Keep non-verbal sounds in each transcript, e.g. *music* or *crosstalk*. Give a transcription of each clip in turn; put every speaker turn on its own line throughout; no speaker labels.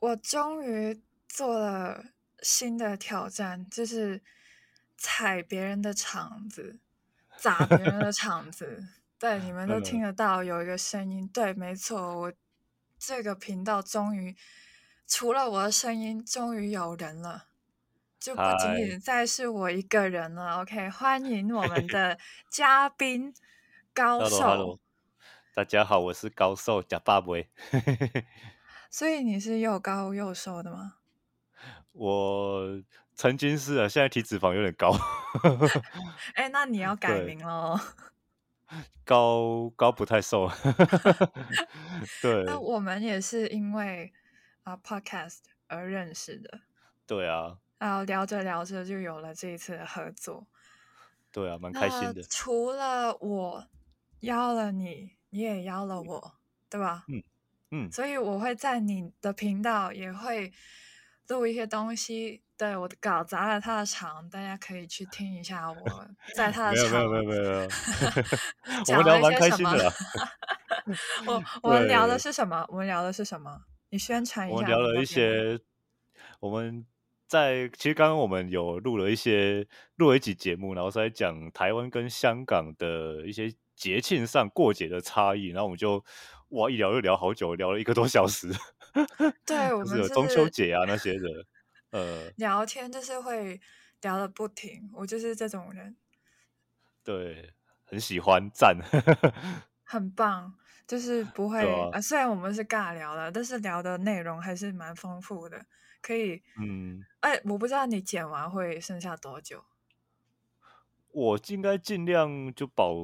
我终于做了新的挑战，就是踩别人的场子，砸别人的场子。对，你们都听
嗯，
得到有一个声音。对，没错，我这个频道终于除了我的声音，终于有人了。就不仅
嗨，
仅再是我一个人了，OK，欢迎我
*laughs*
们的嘉宾高
h e l l o h e l l
手，
o 大家好，我是高寿假爸喂，
所以你是又高又瘦的吗？
我曾经是啊，现在体脂肪有点高，
哎，那你要改
对，
名喽。
高高不太瘦， *laughs*
那
对
我们也是因为啊、podcast 而认识的，
对啊，
然后聊着聊着就有了这一次的合作。
对啊，蛮开
那
心的，
除了我邀了你，你也邀了我，对吧？
嗯嗯，
所以我会在你的频道也会录一些东西。对我搞砸了他的场，大家可以去听一下
*laughs*
我在他的
没有没有没有
场
没
*laughs*
有，没 *laughs* 有我们
讲了
聊得
一
蛮
些
开
什
心
么。
的啦，
我我们聊的
对，
是什么？我们聊的是什么？你宣传一
我们
下
聊
你
了
那边
一
的。
些，我们在其实刚刚我们有录了一些录了一集节目，然后是在讲台湾跟香港的一些节庆上过节的差异，然后我们就哇一聊就聊好久，聊了一个多小时，
对，我
就是
们
有中秋
是
节啊那些的，呃，
聊天，就是会聊的不停。我就是这种人，
对，很喜欢赞， *laughs*
很棒，就是不
对
会
啊，
啊。虽然我们是尬聊了，但是聊的内容还是蛮丰富的，可以。
嗯，
哎，我不知道你剪完会剩下多
*clears throat*
久。
我应该尽量就保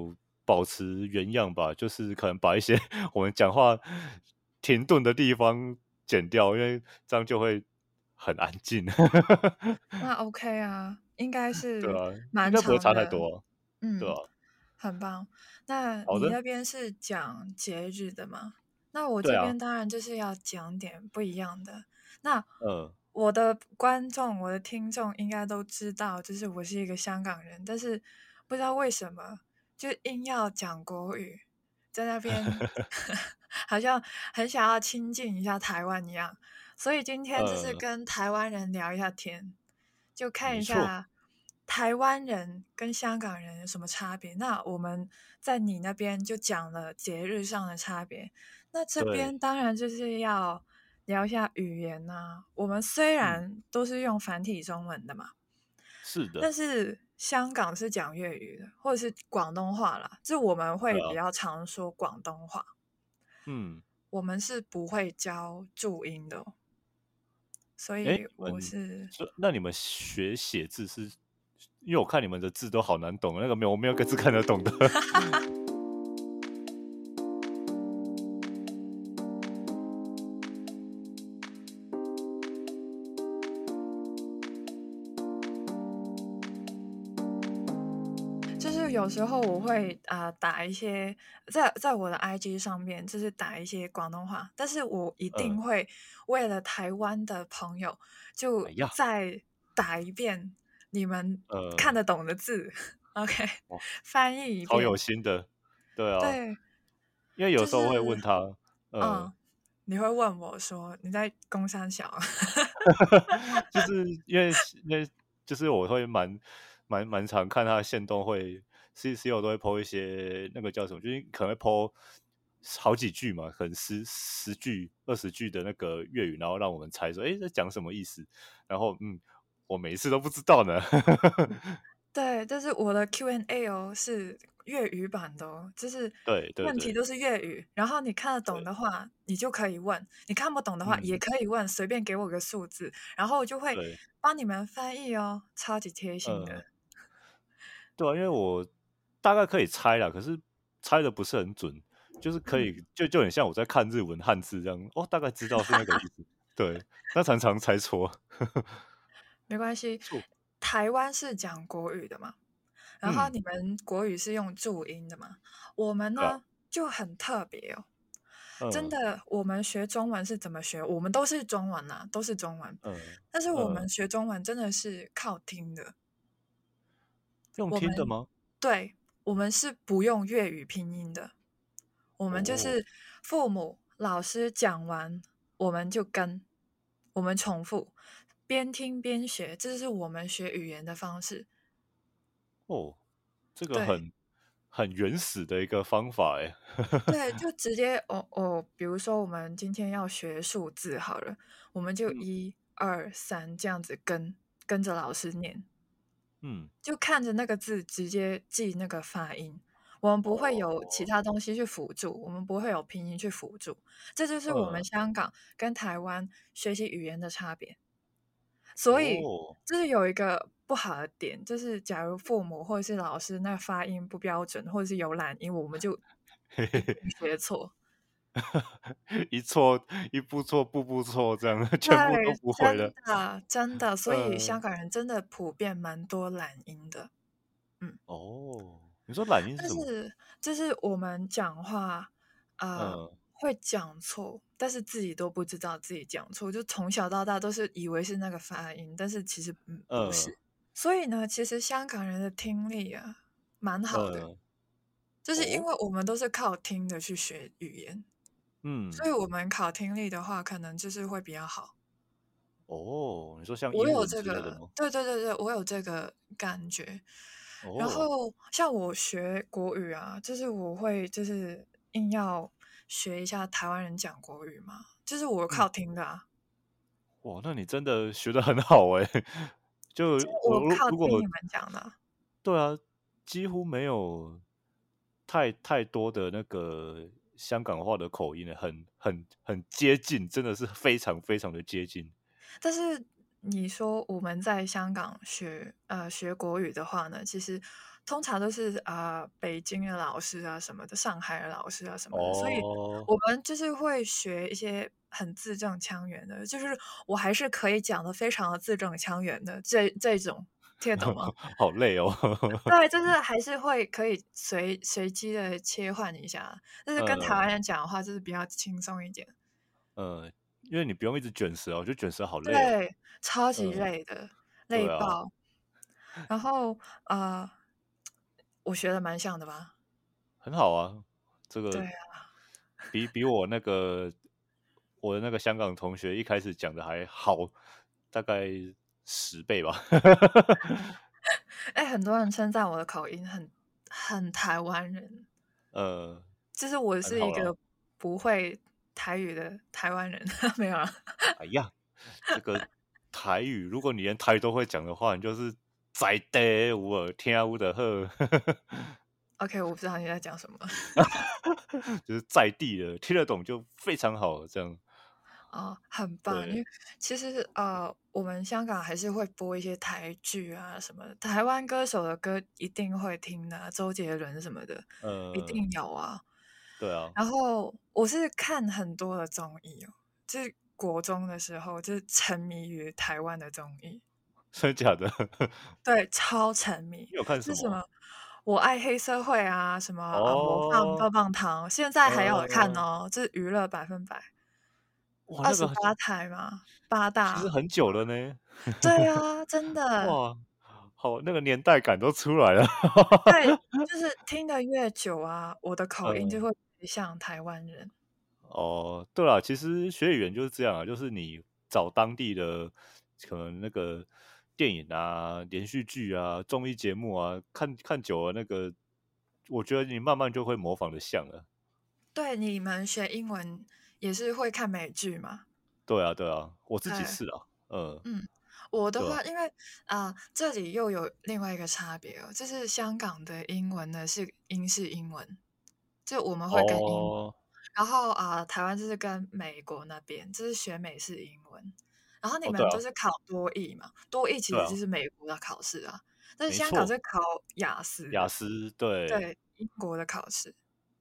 保持原样吧，就是可能把一些 *laughs* 我们讲话停顿的地方剪掉，因为这样就会很安
*laughs*
静， *laughs*
那 OK 啊，应该
对
是
啊，应
蛮
该不会
长
差太
的。
多啊，对
嗯，
啊。
很棒。那
好
你
的，
那边是讲节日的吗？那我
对
这
啊，
边当然就是要讲点不一样的。那
嗯，
我的观众、我的听众应该都知道，就是我是一个香港人，但是不知道为什么就硬要讲国语，在那
*laughs*
边好像很想要亲近一下台湾一样。所以今天就是
呃，
跟台湾人聊一下天，就看
没
一
错，
下台湾人跟香港人有什么差别。那我们在你那边就讲了节日上的差别，那这
对，
边当然就是要聊一下语言呐、我们虽
嗯，
然都是用繁体中文的嘛，
是的，
但是香港是讲粤语的，或者是广东话啦，就我们
对
会比
啊，
较常说广东话，
嗯，
我们是不会教注音的哦、所
哎，
以
你
我
们
是
说，那你们学写字是？因为我看你们的字都好难懂，那个没有，我没有一个字看得懂的。 *laughs*
就是有时候我会啊、呃打一些在在我的 IG 上面，就是打一些广东话，但是我一定
嗯，
会为了台湾的朋友，
哎
就
呀，
再打一遍你们 *laughs* 看
呃，
得懂的字，OK，
*laughs* 哇，
翻译一
超有
遍。
心的，对啊，
对，
因为有
就
时候会问
是
他，呃，
嗯，你会问我说你在工山小，
就是因为因为就是我会蛮蛮蛮常看他的线动会，C C O 都会 po 一些那个叫什么，就是可能会 po 好几句嘛，可能十十句、二十句的那个粤语，然后让我们猜说，诶，这讲什么意思？然后嗯，我每一次都不知道呢。 *laughs*
对，但是我的 Q&A 哦是粤语版的哦，就是
对对
问题
对
都是粤语，然后你看得懂
对，
的话，你就可以问；你看不懂的话也
嗯，
可以问，随便给我个数字，然后我就会
对，
帮你们翻译哦，超级贴心
呃。
的。
对啊，因为我大概可以猜啦，可是猜的不是很准，就是可
嗯，
以就就很像我在看日文汉字这样，哦，大概知道是那个意
*laughs*
思。对，那常常猜错。
没关系，
错，
台湾是讲国语的嘛，然后
嗯，
你们国语是用注音的嘛，我们
对啊，
呢就很特别哦。真
嗯
的，我们学中文是怎么学？我们都是中文啦、都是中文。
嗯
但是我
嗯，
们学中文真的是靠听的，
用
我
听的
们
吗？
对我们是不用粤语拼音的，我们就
哦，
是父母老师讲完我们就跟。我们重复，边听边学，这是我们学语言的方式。
哦，这个
对，
很很原始的一个方法哎，
对，就直接哦哦，比如说我们今天要学数字好了，我们就
嗯
一二三这样子跟跟着老师念，
嗯，
就看着那个字直接记那个发音。我们不会有其
哦，
他东西去辅助，我们不会有拼音去辅助，这就是我们
嗯，
香港跟台湾学习语言的差别。所以
哦，
就是有一个不好的点，就是假如父母或者是老师那发音不标准，或者是有懒音，我们
*laughs*
就一
嘿嘿
定学错。
嘿，一错一步错步步错，这样全部都
对，
不会
真
了，
的真的，所以香
呃，
港人真的普遍蛮多懒音的，嗯，
哦，你说懒音是
但
什么？
是就是我们讲话，呃，
嗯，
会讲错，但是自己都不知道自己讲错，就从小到大都是以为是那个发音，但是其实嗯不
呃，
是。所以呢，其实香港人的听力啊，蛮好的，
呃，
就是因
哦，
为我们都是靠听的去学语言，所
嗯，
以我们考听力的话，可能就是会比较好。
哦，你说像
我
英
有
文
这
之类的
个，
吗？
对对对对，我有这个感觉。然
哦，
后像我学国语啊，就是我会就是硬要学一下台湾人讲国语嘛，就是我
嗯，
靠听的啊，
哇，那你真的学的很好哎， *laughs* 就
就是我
我如
靠
如
听你
果
们讲的啊，
对啊，几乎没有太太多的那个香港话的口音了，很很很接近，真的是非常非常的接近。
但是你说我们在香港学呃学国语的话呢，其实通常都是啊、呃北京的老师啊什么的，上海的老师啊什么的，所以
哦，
我们就是会学一些很字正腔圆的，就是我还是可以讲的非常的字正腔圆的这这种，听得
*laughs*
懂吗？
*laughs* 好累哦。
对，就是还是会可以随随机的切换一下，但是跟台湾
呃
人讲的话就是比较轻松一点。
呃，因为你不用一直卷舌哦，我觉得卷舌好累哦。
对，超级
嗯，
累的，累
对啊，
爆。然后呃，我学的蛮像的吧？
很好啊，这
对
个
啊，
比比我那个我的那个香港同学一开始讲的还好，大概十倍吧。 *laughs*
哎，很多人称赞我的口音很很台湾人，
呃，
就是我
很
是
好啊
一
了。
个不会台语的台湾人， *laughs* 没有啊？
哎呀，这个台语，如果你连台语都会讲的话，你就是在地有耳听有的呵，
OK，我不知道你在讲什么。
*laughs* 就是在地的，听得懂就非常好了。这样，
哦，很棒！因
对，
为其实呃，我们香港还是会播一些台剧啊什么的，台湾歌手的歌一定会听的啊周杰伦什么的一
呃，
定有啊。
对啊，
然后我是看很多的综艺哦，就是国中的时候就是沉迷于台湾的综艺，
真的假的？ *laughs*
对，超沉迷，
你有看
就
什
是什
么？
么我爱黑社会啊，什么啊模范
哦，
棒棒糖，现在还有看
呃，
哦，这、是娱乐百分百，
哇，
二
那
十
个
八台嘛，八
其实
大。
很久了呢， *laughs*
对啊，真的，
哇，好，那个年代感都出来了，
对，就是听得越久啊，我的口音就
嗯。
会越像台湾人。
哦，对了，其实学语言就是这样啊，就是你找当地的可能那个电影啊、连续剧啊、综艺节目啊，看看久了，那个我觉得你慢慢就会模仿的像了。
对，你们学英文也是会看美剧嘛？
对啊，对啊，我自己
对，
是啊，嗯，
嗯，我的
对啊，
话，因为啊、呃这里又有另外一个差别哦，就是香港的英文呢是英式英文，就我们会跟英文，
哦，
然后啊、呃台湾就是跟美国那边就是学美式英文，然后你
哦，对
们
啊，
都是考多译嘛，多译其
对
实
啊，
就是美国的考试啊，但是
没
香港
错，
是考雅思
雅
的，
思，对，
嗯对，英国的考试，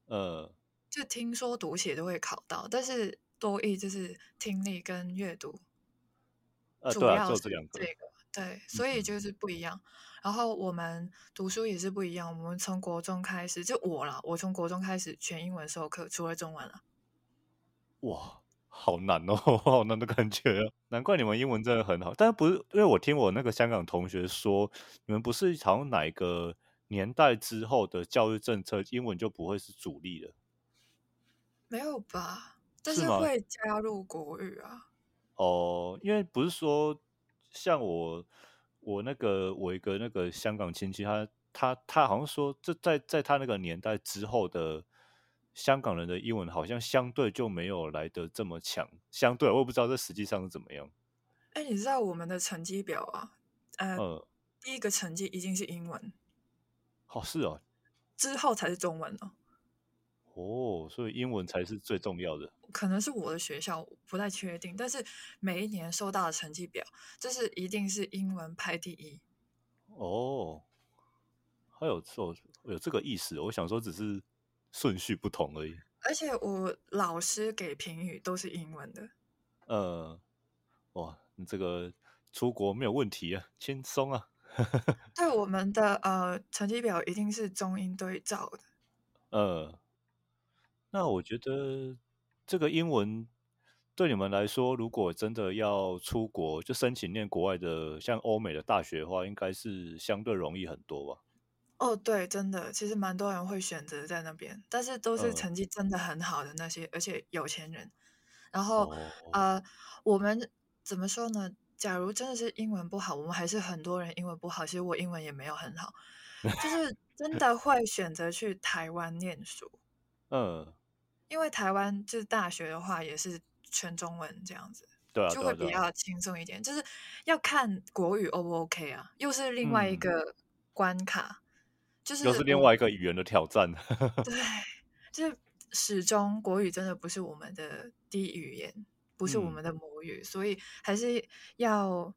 嗯，
就听说读写都会考到，但是多译就是听力跟阅读
呃，对
主
啊，
要
只有
是
这两
这
个，
个，对，
嗯
所以
嗯，
就是不一样。然后我们读书也是不一样，我们从国中开始，就我啦，我从国中开始全英文授课，除了中文了。
哇，好难哦， *laughs* 好难的感觉啊！难怪你们英文真的很好，但是不是因为我听我那个香港同学说，你们不是好像哪一个年代之后的教育政策，英文就不会是主力了，
没有吧？但
是
是
吗？
会加入国语啊。
哦，因为不是说像我，我那个我一个那个香港亲戚他，他他好像说，这在在他那个年代之后的香港人的英文，好像相对就没有来得这么强。相对我也不知道这实际上是怎么样。
哎，你知道我们的成绩表啊？呃，
嗯，
第一个成绩一定是英文，
好、是哦，
之后才是中文哦。
哦，所以英文才是最重要的。
可能是我的学校，我不太确定。但是每一年收到的成绩表，就是一定是英文排第一。
哦，还有这种有这个意思，我想说只是顺序不同而已。
而且我老师给评语都是英文的，
呃，哇，你这个出国没有问题啊，轻松啊。
对我们的呃成绩表一定是中英对照的。
呃，那我觉得这个英文对你们来说，如果真的要出国，就申请念国外的，像欧美的大学的话，应该是相对容易很多吧？
哦，对，真的，其实蛮多人会选择在那边，但是都是
嗯，
成绩真的很好的那些，而且有钱人。然后，
哦，
呃，我们怎么说呢？假如真的是英文不好，我们还是很多人英文不好。其实我英文也没有很
*laughs*
好，就是真的会选择去台湾念书，
嗯，
因为台湾就是大学的话也是全中文这样子，
对啊，
就
对
会
啊，对
比
啊，
较轻松一点。就是要看国语 O 不 OK 啊，又是另外一
嗯，
个关卡。就
又是
是
另
我
外一个语言的挑战。
对，就是始终国语真的不是我们的第一语言，不是我
嗯，
们的母语，所以还是要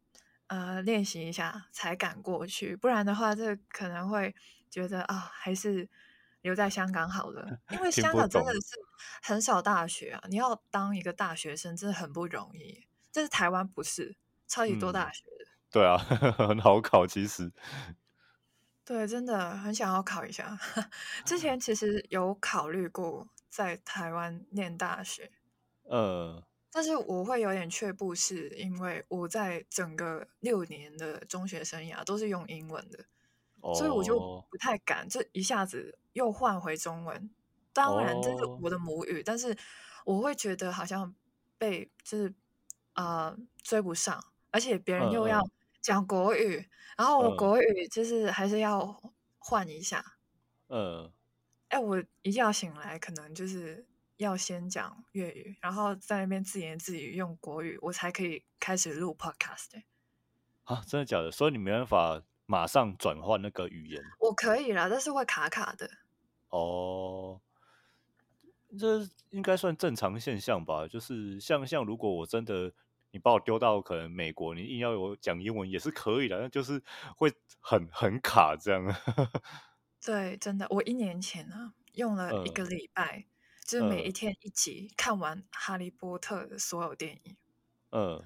呃练习一下才敢过去，不然的话，这可能会觉得啊，还是留在香港好了。因为
听
香
不
港真的
懂。
是很少大学啊，你要当一个大学生真的很不容易，但是台湾不是，超级多
嗯，
大学的，
对啊，很好考，其实。
对，真的很想要考一下。 *laughs*
啊
之前其实有考虑过在台湾念大学，
呃，
但是我会有点却步，是因为我在整个六年的中学生涯都是用英文的，所以我就
哦，
不太敢，这一下子又换回中文。当然，这是
哦，
我的母语，但是我会觉得好像被就是呃追不上，而且别人又要
嗯
讲国语，然后我
嗯
国语就是还是要换一下。
嗯嗯，
哎，我一觉醒来，可能就是要先讲粤语，然后在那边自言自语用国语，我才可以开始录 podcast 欸。
啊，真的假的？所以你没办法马上转换那个语言
我可以啦，但是会卡卡的。
哦，这应该算正常现象吧？就是像像如果我真的你把我丢到可能美国，你硬要我讲英文也是可以的，那就是会很很卡这样。
对，真的，我一年前呢、用了一个
嗯
礼拜，就是每一
嗯
天一集看完《哈利波特》的所有电影，
嗯，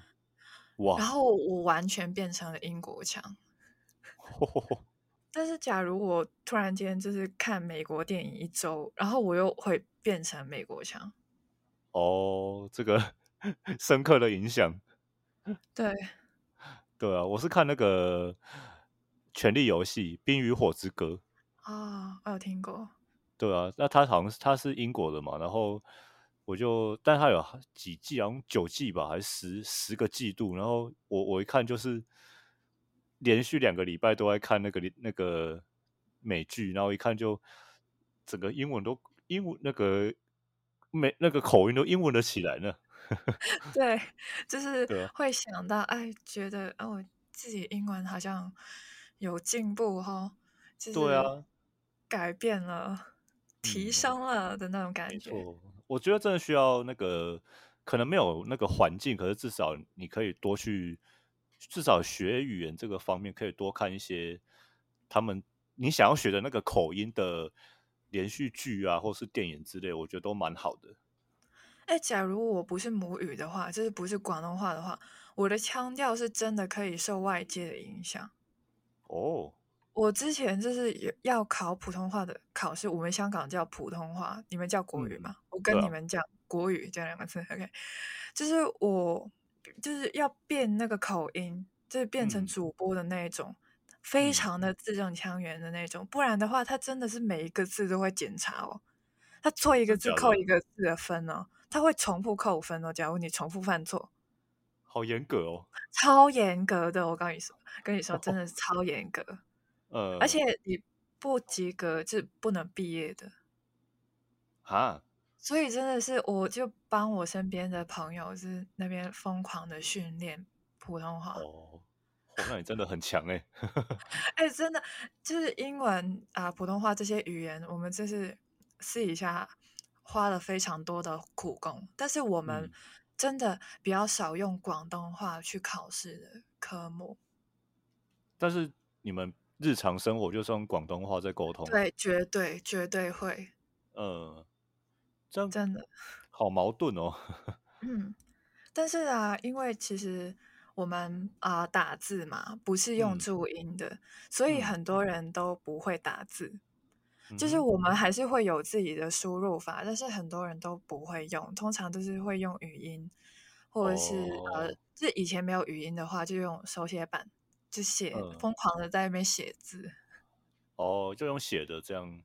然
哇，
后我完全变成了英国腔。但是假如我突然间就是看美国电影一周，然后我又会变成美国腔。
哦，这个 *laughs* 深刻的影响。
对，
对啊，我是看那个《权力游戏》《冰与火之歌》。
啊、我有听过。
对啊，那他好像是他是英国的嘛，然后我就，但他有好几季，好像九季吧，还是十十个季度，然后我我一看就是连续两个礼拜都在看那个那个美剧，然后一看就整个英文都英文那个美那个口音都英文了起来呢，
对，就是
对啊，
会想到，哎，觉得哦，我自己英文好像有进步哈、就
对
是
啊，
改变了、提
嗯。
升了的那种感
没
觉。
错，我觉得真的需要那个，可能没有那个环境，可是至少你可以多去，至少学语言这个方面可以多看一些他们你想要学的那个口音的连续剧啊，或是电影之类，我觉得都蛮好的。
哎，假如我不是母语的话，就是不是广东话的话，我的腔调是真的可以受外界的影响。
哦，
我之前就是有要考普通话的考试，我们香港叫普通话，你们叫国语
嗯，
嘛？我
对
跟你
啊，
们讲国语这两个字，OK？就是我就是要变那个口音，就是变成
嗯
主播的那一种，非
嗯，
常的字正腔圆的那种，不然的话，他真的是每一个字都会检查哦，他错一个
真
字
假
扣
的？
一个字的分哦，他会重复扣分哦。假如你重复犯错，
好严格哦。
超严格的，我跟你说，跟你说，真的是超严格，
呃，
而且你不及格是不能毕业的。
啊，
所以真的是，我就帮我身边的朋友是那边疯狂的训练普通话。
哦，哦，那你真的很强哎、
哎，真的就是英文啊、普通话这些语言，我们就是试一下，花了非常多的苦功。但是我们
嗯，
真的比较少用广东话去考试的科目，
但是你们日常生活就是用广东话在沟通啊，
对，绝对绝对会，
呃，这样
真的，
好矛盾哦。
嗯。但是啊，因为其实我们啊、打字嘛，不是用
嗯
注音的，所以
嗯
很多人都不会打字。就是
嗯
我们还是会有自己的输入法，但是很多人都不会用，通常都是会用语音，或者是呃，
哦，
就是以前没有语音的话，就用手写板，就写
嗯
疯狂的在那边写字。
哦，就用写的这样，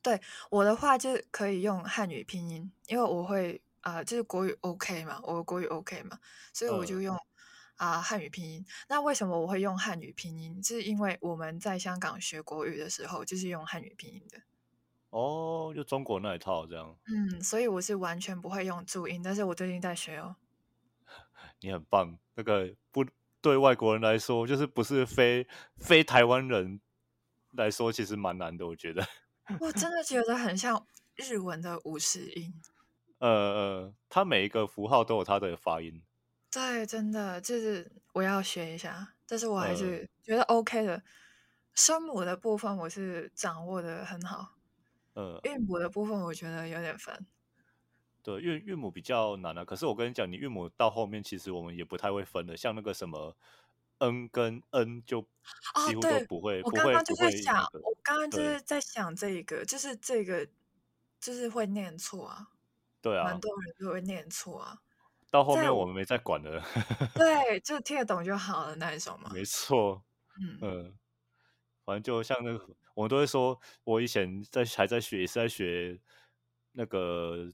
对我的话，就是可以用汉语拼音，因为我会啊、呃就是国语 OK 嘛，我国语 OK 嘛，所以我
呃
就用啊、汉语拼音。那为什么我会用汉语拼音？是因为我们在香港学国语的时候，就是用汉语拼音的。
哦，就中国那一套这样，
嗯，所以我是完全不会用注音，但是我最近在学哦。
你很棒。那个不对外国人来说，就是不是非非台湾人来说，其实蛮难的，我觉得。 *laughs*
我真的觉得很像日文的五十音，
呃呃，它每一个符号都有它的发音，
对，真的就是我要学一下，但是我还
呃，
是觉得 OK 的。声母的部分我是掌握的很好，
呃，
韵母的部分我觉得有点烦。
对，韵韵母比较难啊。可是我跟你讲，你韵母到后面，其实我们也不太会分的，像那个什么 n 跟 n 就
哦，
几乎都
对，
不会，
我
不
刚
会，
刚就
不
在
会
想，
那个。
我刚刚就
对
是在想这一个，就是这个就是会念错啊，
对
蛮
啊，
多人都会念错
*laughs*
啊。
到后
在
面我
我
们没再管了， *laughs*
对，就听得懂就好了那一种嘛。
没错，
嗯，
嗯、反正就像那个，我们都会说，我以前在还在学，也是在学那个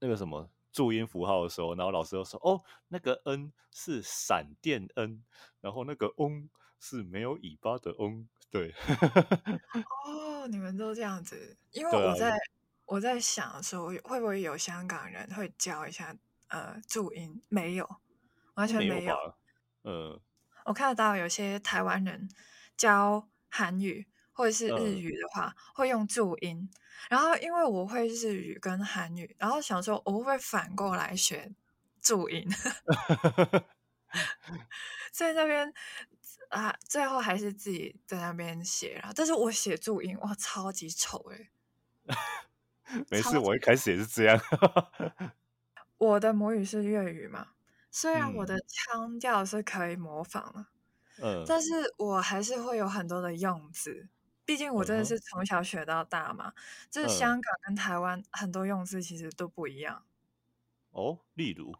那个什么注音符号的时候，然后老师就说，哦，那个 n 是闪电 n，然后那个嗡是没有尾巴的嗡，对，
哦，你们都这样子，因为
对
我
啊，
在我在想说，会不会有香港人会教一下呃注音？没有，完全
没有
没
吧？
有。
呃
我看得到有些台湾人教韩语或者是日
呃
语的话，会用注音。然后因为我会日语跟韩语，然后想说我会不会反过来学注音， *laughs* 所以那边啊，最后还是自己在那边写啦。但是我写注音，哇，超级丑欸诶、
没事，
超
我一
级
开始也是
*laughs*
这样，
我的母语是粤语嘛，虽然我
嗯
的腔调是可以模仿啊了，
呃
但是我还是会有很多的用字。毕竟我
嗯
真的
哼
是从小学到大嘛，就是
呃
香港跟台湾很多用字其实都不一样。
哦，例如。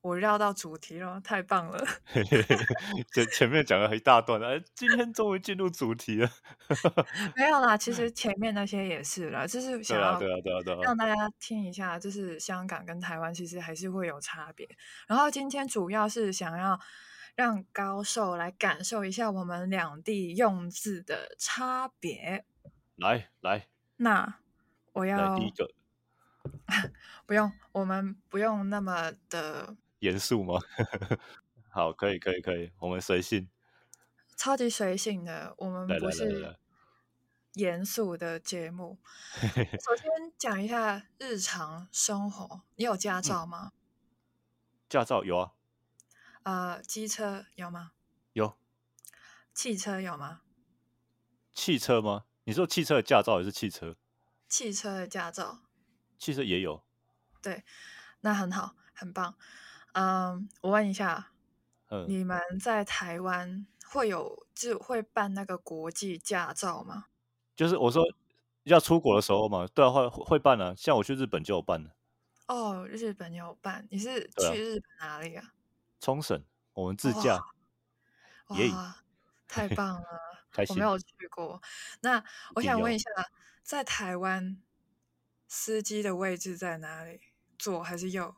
我绕到主题了，太棒了！ *laughs*
嘿嘿嘿， *laughs* 前前面讲了一大段，哎，今天终于进入主题
*laughs*
了。
没有啦，其实前面那些也是啦，就是想
对啊，
要
对啊，对啊，对啊，
让大家听一下，就是香港跟台湾其实还是会有差别。然后今天主要是想要让高手来感受一下我们两地用字的差别。
来来
那我
来，第一
要
个
不用，我们不用那么的
严肃吗？ *laughs* 好，可以，可以，可以，我们随性。
超级随性的，我们
来
嗯不
来来来
是
来，
严肃的节
*laughs*
目。
嘿嘿嘿
首先讲一下日常生活，你有驾
嗯，
照吗？
驾照有啊，
呃，机车有吗？
有
汽车有吗？
汽车吗？你说汽车的驾照还是汽车？
汽车的驾照，
汽车也有，
对，那很好，很棒。嗯，我问一下，
嗯，
你们在台湾会有就会办那个国际驾照吗？
就是我说要出国的时候嘛，对啊，会会办啊，像我去日本就有办了，
哦，日本有办，你是去
对啊，
日本哪里啊？
冲绳我们自
哇
驾，耶，
哇，太棒了！
开
我没
心，
有去过。那
一
我
定
想问
要。
一下，在台湾，司机的位置在哪里？左还是右？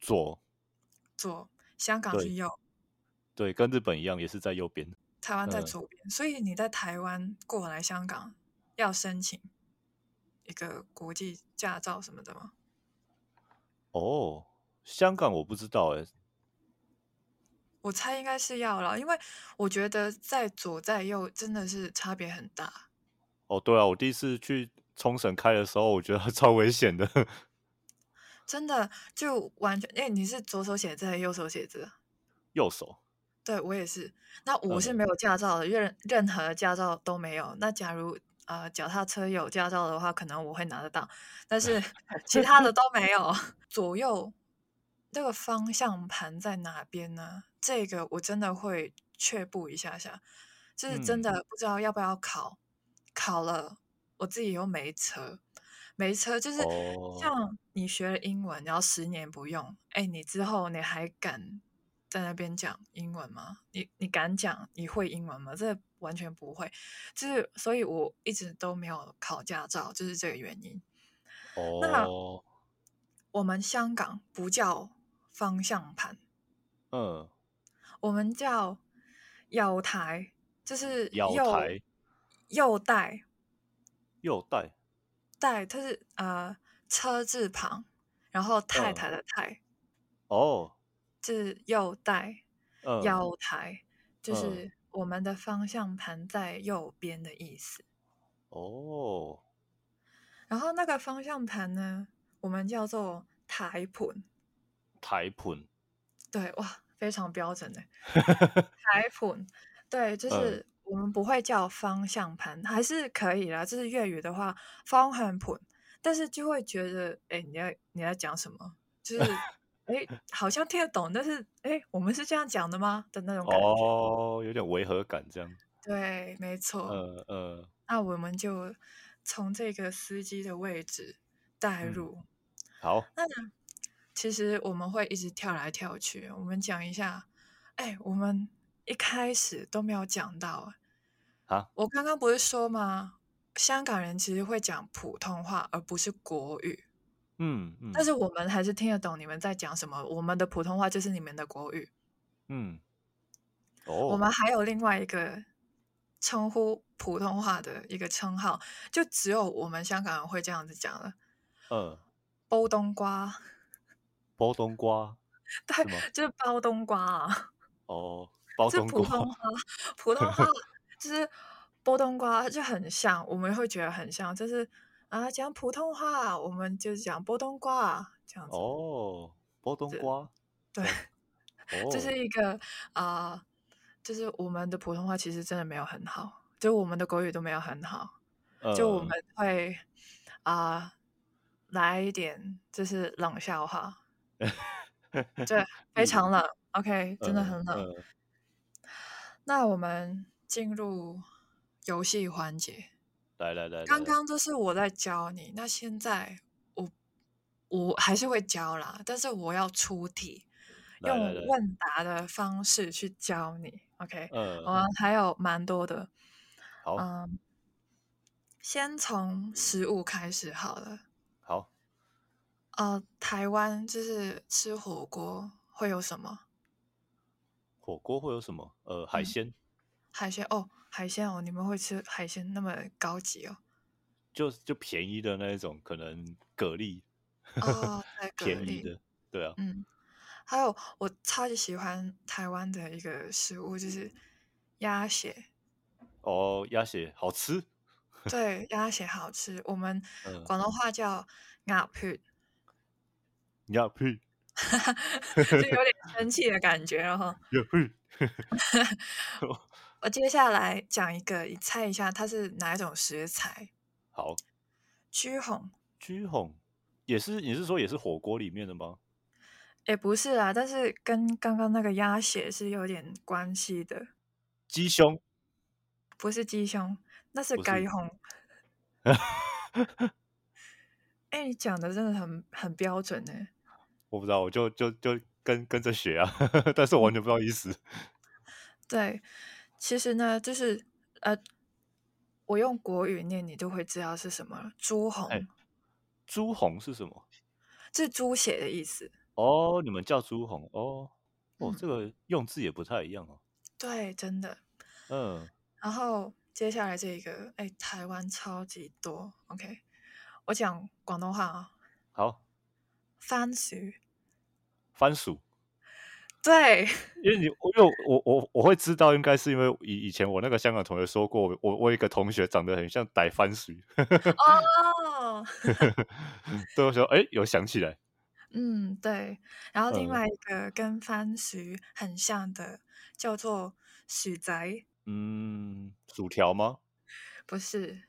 左
左。香港是
对
右，
对，跟日本一样，也是在右边。
台湾在
嗯，
左边，所以你在台湾过来香港要申请一个国际驾照什么的吗？
哦，香港我不知道哎、
我猜应该是要了，因为我觉得在左在右真的是差别很大。
哦，对啊，我第一次去冲绳开的时候，我觉得 *laughs* 超危险的。
真的就完全，因为你是左手写字还是右手写字啊？
右手，
对我也是。那我是
嗯，
没有驾照的，任任何驾照都没有。那假如呃脚踏车有驾照的话，可能我会拿得到，但是其他的都没有。左右那个方向盘在哪边呢？这个我真的会却步一下下，就是真
嗯，
的不知道要不要考。考了，我自己又没车，没车就是
哦，
像你学了英文，然后十年不用，哎，你之后你还敢在那边讲英文吗？你你敢讲？你会英文吗？这完全不会，就是所以我一直都没有考驾照，就是这个原因。那
哦，
我们香港不叫方向盘，
嗯，
我们叫右台，就是
腰
右
台
右带
右带，
带，它是呃车字旁，然后太
嗯，
太的太，
哦，
就是右带。
嗯
腰台，就
嗯，
是我们的方向盘在右边的意思。
哦，
然后那个方向盘呢，我们叫做台盘，
台盆，
对，哇，非常标准的
*laughs*
台盘，对，就
嗯，
是我们不会叫方向盘，还是可以啦。就是粤语的话，方向盘，但是就会觉得，哎，你要你要讲什么？就是，
*laughs*
哎，好像听得懂，但是，哎，我们是这样讲的吗？的那种感觉。
哦，有点违和感这样，
对，没错。
呃呃，
那我们就从这个司机的位置带
嗯，
入。
好，
那其实我们会一直跳来跳去。我们讲一下，哎，我们一开始都没有讲到。
啊，
我刚刚不是说吗？香港人其实会讲普通话，而不是国语。
嗯
但
嗯
是我们还是听得懂你们在讲什么。我们的普通话就是你们的国语。
嗯，
我
哦，
们还有另外一个称呼普通话的一个称号，就只有我们香港人会这样子讲了。
嗯，
剥冬瓜， *laughs*
包冬瓜
对，
是吗？
就是包冬瓜啊，
哦，包
这
冬
普
瓜，
通话，普通话就是剥冬瓜就很像，我们会觉得很像，就是啊讲普通话，我们就是讲剥冬瓜啊这样子，
哦，包冬
对
瓜，
对，
这样，
这
哦，
是一个啊、呃就是我们的普通话其实真的没有很好，就我们的国语都没有很好，就我们
呃，
会啊、来一点就是冷笑话，
嗯
对，非
例
常
如，
冷，OK，真的
呃
很冷。
呃，
那我们进入游戏环节。
来来来来
刚
来，
刚都是我在教你，那现在我我还是会教啦，但是我要出题，
来来
用
来，
问答的方式去教你。OK，我
呃，
们还有蛮多的，
好，
哦嗯，先从食物开始好了。
好，
呃，台湾就是吃火锅会有什么？
火锅会有什么？呃，海
嗯，
鲜，
海鲜哦，海鲜哦，你们会吃海鲜那么高级
*laughs*
哦？
就就便宜的那一种，可能蛤蜊，
哦，对，蛤
便宜
蜊，
的，对啊，
嗯，还有我超级喜欢台湾的一个食物，就是鸭血。
哦，鸭血好吃，
对，鸭血好吃，我们
嗯，
广东话叫鸭血，
鸭屁，
就有点生气的感觉了哈。
鸭屁，
我接下来讲一个，你猜一下它是哪一种食材？
好，
曲红？
居红也是，你是说也是火锅里面的吗？
也不是啊，但是跟刚刚那个鸭血是有点关系的，
鸡胸
不是鸡胸，那是
不
鸡
是，
红。哎，你讲的真的很很标准呢。
我不知道，我就就就跟跟着学啊， *laughs* 但是我完全不知道意思。
对，其实呢，就是呃，我用国语念，你就会知道是什么了。朱
哎，
红
猪红是什么？
这是猪血的意思。
哦，你们叫猪红哦，哦，
嗯，
这个用字也不太一样哦。
对，真的。
嗯，
然后接下来这一个，哎，台湾超级多。OK，我讲广东话啊、
好，
番薯，
番薯， *laughs*
对，
因为你，我因为我我我会知道，应该是因为以以前我那个香港同学说过，我我有一个同学长得很像逮番薯， *laughs*
哦，
对我说，哎，有想起来，
嗯，对。然后另
嗯
外一个跟番薯很像的叫做薯仔，
嗯，薯条吗？
不是，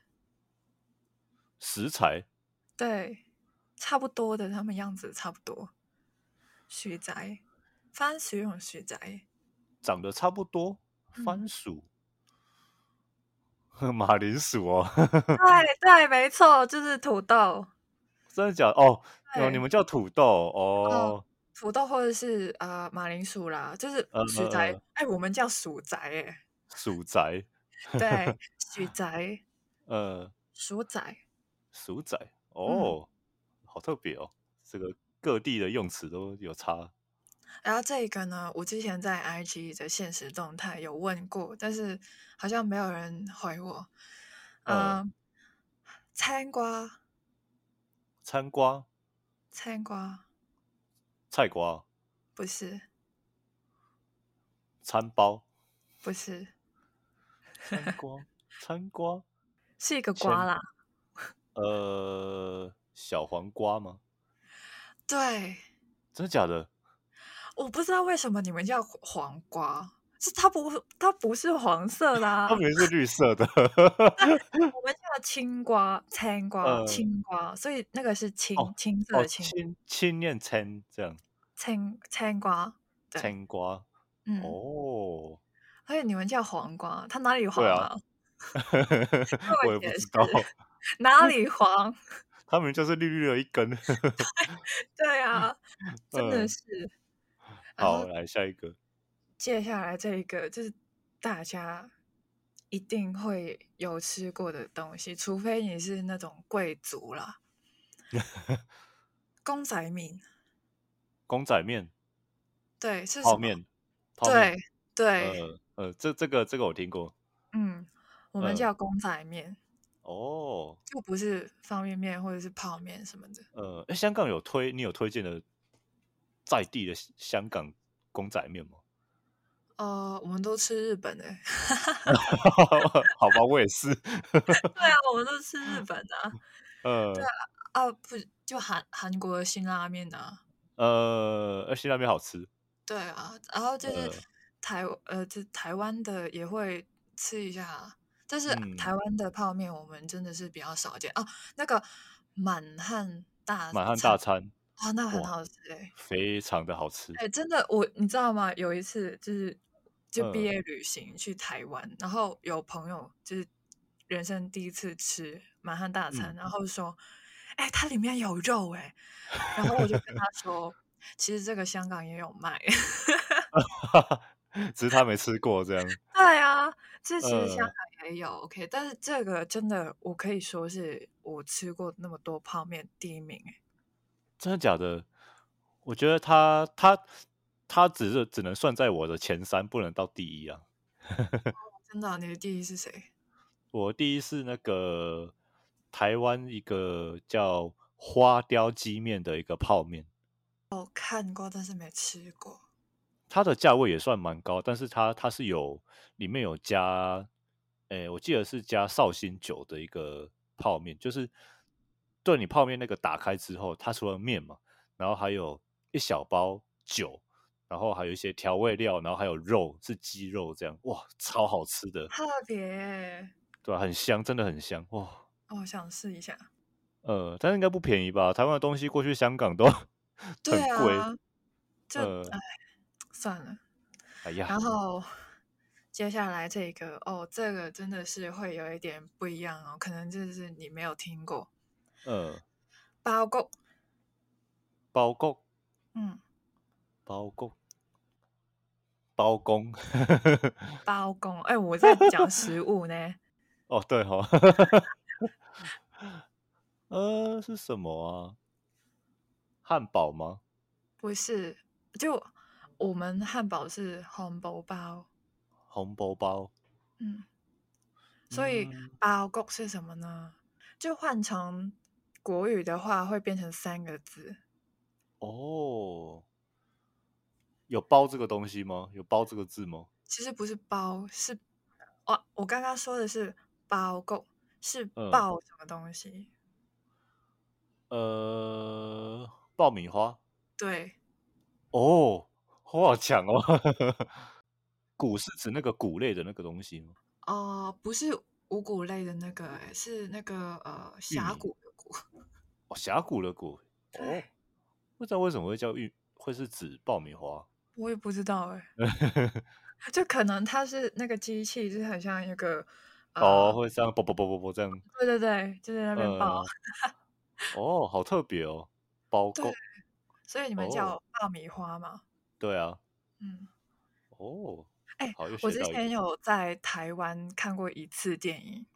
食材，
对，差不多的，他们样子差不多。薯仔，番薯用薯
*laughs*
仔，
长得差不多，番
嗯，
薯， *laughs* 马铃薯哦， *laughs*
对对，没错，就是土豆，
真的假的？哦，哦，你
对，
们叫土豆
哦，
哦，
土豆或者是呃马铃薯啦，就是
呃
薯仔，
呃，
哎，我们叫薯仔，
*laughs*
哎，
薯仔，
对，薯仔，
呃，
薯仔，
薯仔，
嗯。
哦，好特别哦，这个各地的用词都有差，
然后这个呢，我之前在 IG 的现实动态有问过，但是好像没有人回我。
呃，
嗯、参瓜，
参瓜、
参瓜
菜瓜、
不是，
餐包、
不是， *laughs*
参瓜、参瓜、
是一个瓜
咸
啦。
呃小黄瓜吗？
对，
真的
*laughs*
假的？
我不知道为什么你们叫黄黄瓜，是它不，它不是黄色的
它
啊。
明明是绿色的，
我们叫青瓜、青瓜、
呃，
青瓜，所以那个是青
哦
青色的
哦，
青
青青念青这样，
青青瓜，对，
青瓜，
嗯。
哦， *laughs*
而且你们叫黄瓜，它哪里
对
黄
啊，
了？跟我
我也不
解
知道， *laughs*
释 *laughs* 哪里黄？ *laughs*
它们就是绿绿的一根。
对啊，
*laughs*
真的
嗯，
是。然
好，
后
来下一个，
接下来这一个就是大家一定会有吃过的东西，除非你是那种贵族
*laughs*
啦。公仔面，
公仔面、
对，是
泡
什么？
面、泡
对
面，
对，
呃呃，这这个这个我听过，
嗯，我们
嗯，
叫公仔面，
哦，
就不是方便面或者是泡面什么的。
呃，诶香港有推你有推荐的在地的香香港公仔面吗？ *laughs*
哦、我们都吃日本的、
好吧，我也是，
对啊，我们都吃
*laughs*
日本的啊、对
呃
啊，啊不就韩韩国的辛拉面啊？
呃，而且那边好吃，
对啊，然后就是
呃，
台呃，就台湾的也会吃一下，但是
嗯，
台湾的泡面我们真的是比较少见哦。那个满汉大
满汉
餐
大餐，
啊、那很
哇，
好吃诶。
非常的好吃，
哎，真的，我你知道吗？有一次就是就毕
嗯，
业旅行去台湾，然后有朋友就是人生第一次吃满汉大餐，
嗯，
然后说：“哎，它里面有肉哎。” *laughs* 然后我就跟他说： *laughs* “其实这个香港也有卖。”
只是他没吃过这样，
对啊，这其实香
呃，
港也有 OK，但是这个真的，我可以说是我吃过那么多泡面第一名欸
真的假的？我觉得他他他只是只能算在我的前三，不能到第一啊。
真的啊，你的第一是谁？
我第一是那个台湾一个叫花雕鸡面的一个泡面，
我哦看过，但是没吃过。
它的价位也算蛮高，但是它它是有里面有加，诶，我记得是加绍兴酒的一个泡面，就是对你泡面那个打开之后，它除了面嘛，然后还有一小包酒，然后还有一些调味料，然后还有肉是鸡肉这样，哇，超好吃的，
特别欸，
对啊很香，真的很香，哇。
我想试一下。
呃，但是应该不便宜吧？台湾的东西过去香港都 *laughs*
对
很贵。
啊，就
呃，
哎算了。
哎
然
呀，
后接下来这个哦，这个真的是会有一点不一样哦，可能就是你没有听过
呃，
包谷，
包公，
嗯，
包公，包公， *laughs*
包公。哎，我在讲食物呢。
哦， *laughs* 对哈、呃，是什么啊？汉堡吗？
不是，就我们汉堡是红包包，
红包包，
嗯，所以
嗯
包谷是什么呢？就换成国语的话，会变成三个字。
哦，有包这个东西吗？有包这个字吗？
其实不是包，是哦，我刚刚说的是包谷，是
嗯
爆什么东西？
呃，爆米花。
对，
哦，我好强哦！ *laughs* 谷是指那个谷类的那个东西吗？
哦，不是五谷类的那个欸，是那个呃峡
米
谷的谷。
哦，峡谷的谷。哦
对，，
不知道为什么会叫玉，会是指爆米花。
我也不知道哎，
*laughs*
就可能它是那个机器，就是很像一个
哦，
呃，
会这样啵啵啵啵啵这样。
对对对，就在那边爆，
呃，哦，好特别哦，包
对
够。
所以你们
哦，
叫爆米花嘛？
对啊，
嗯，
哦，
哎，
好，又
我
学
之
到一
前
个。
有在台湾看过一次电影，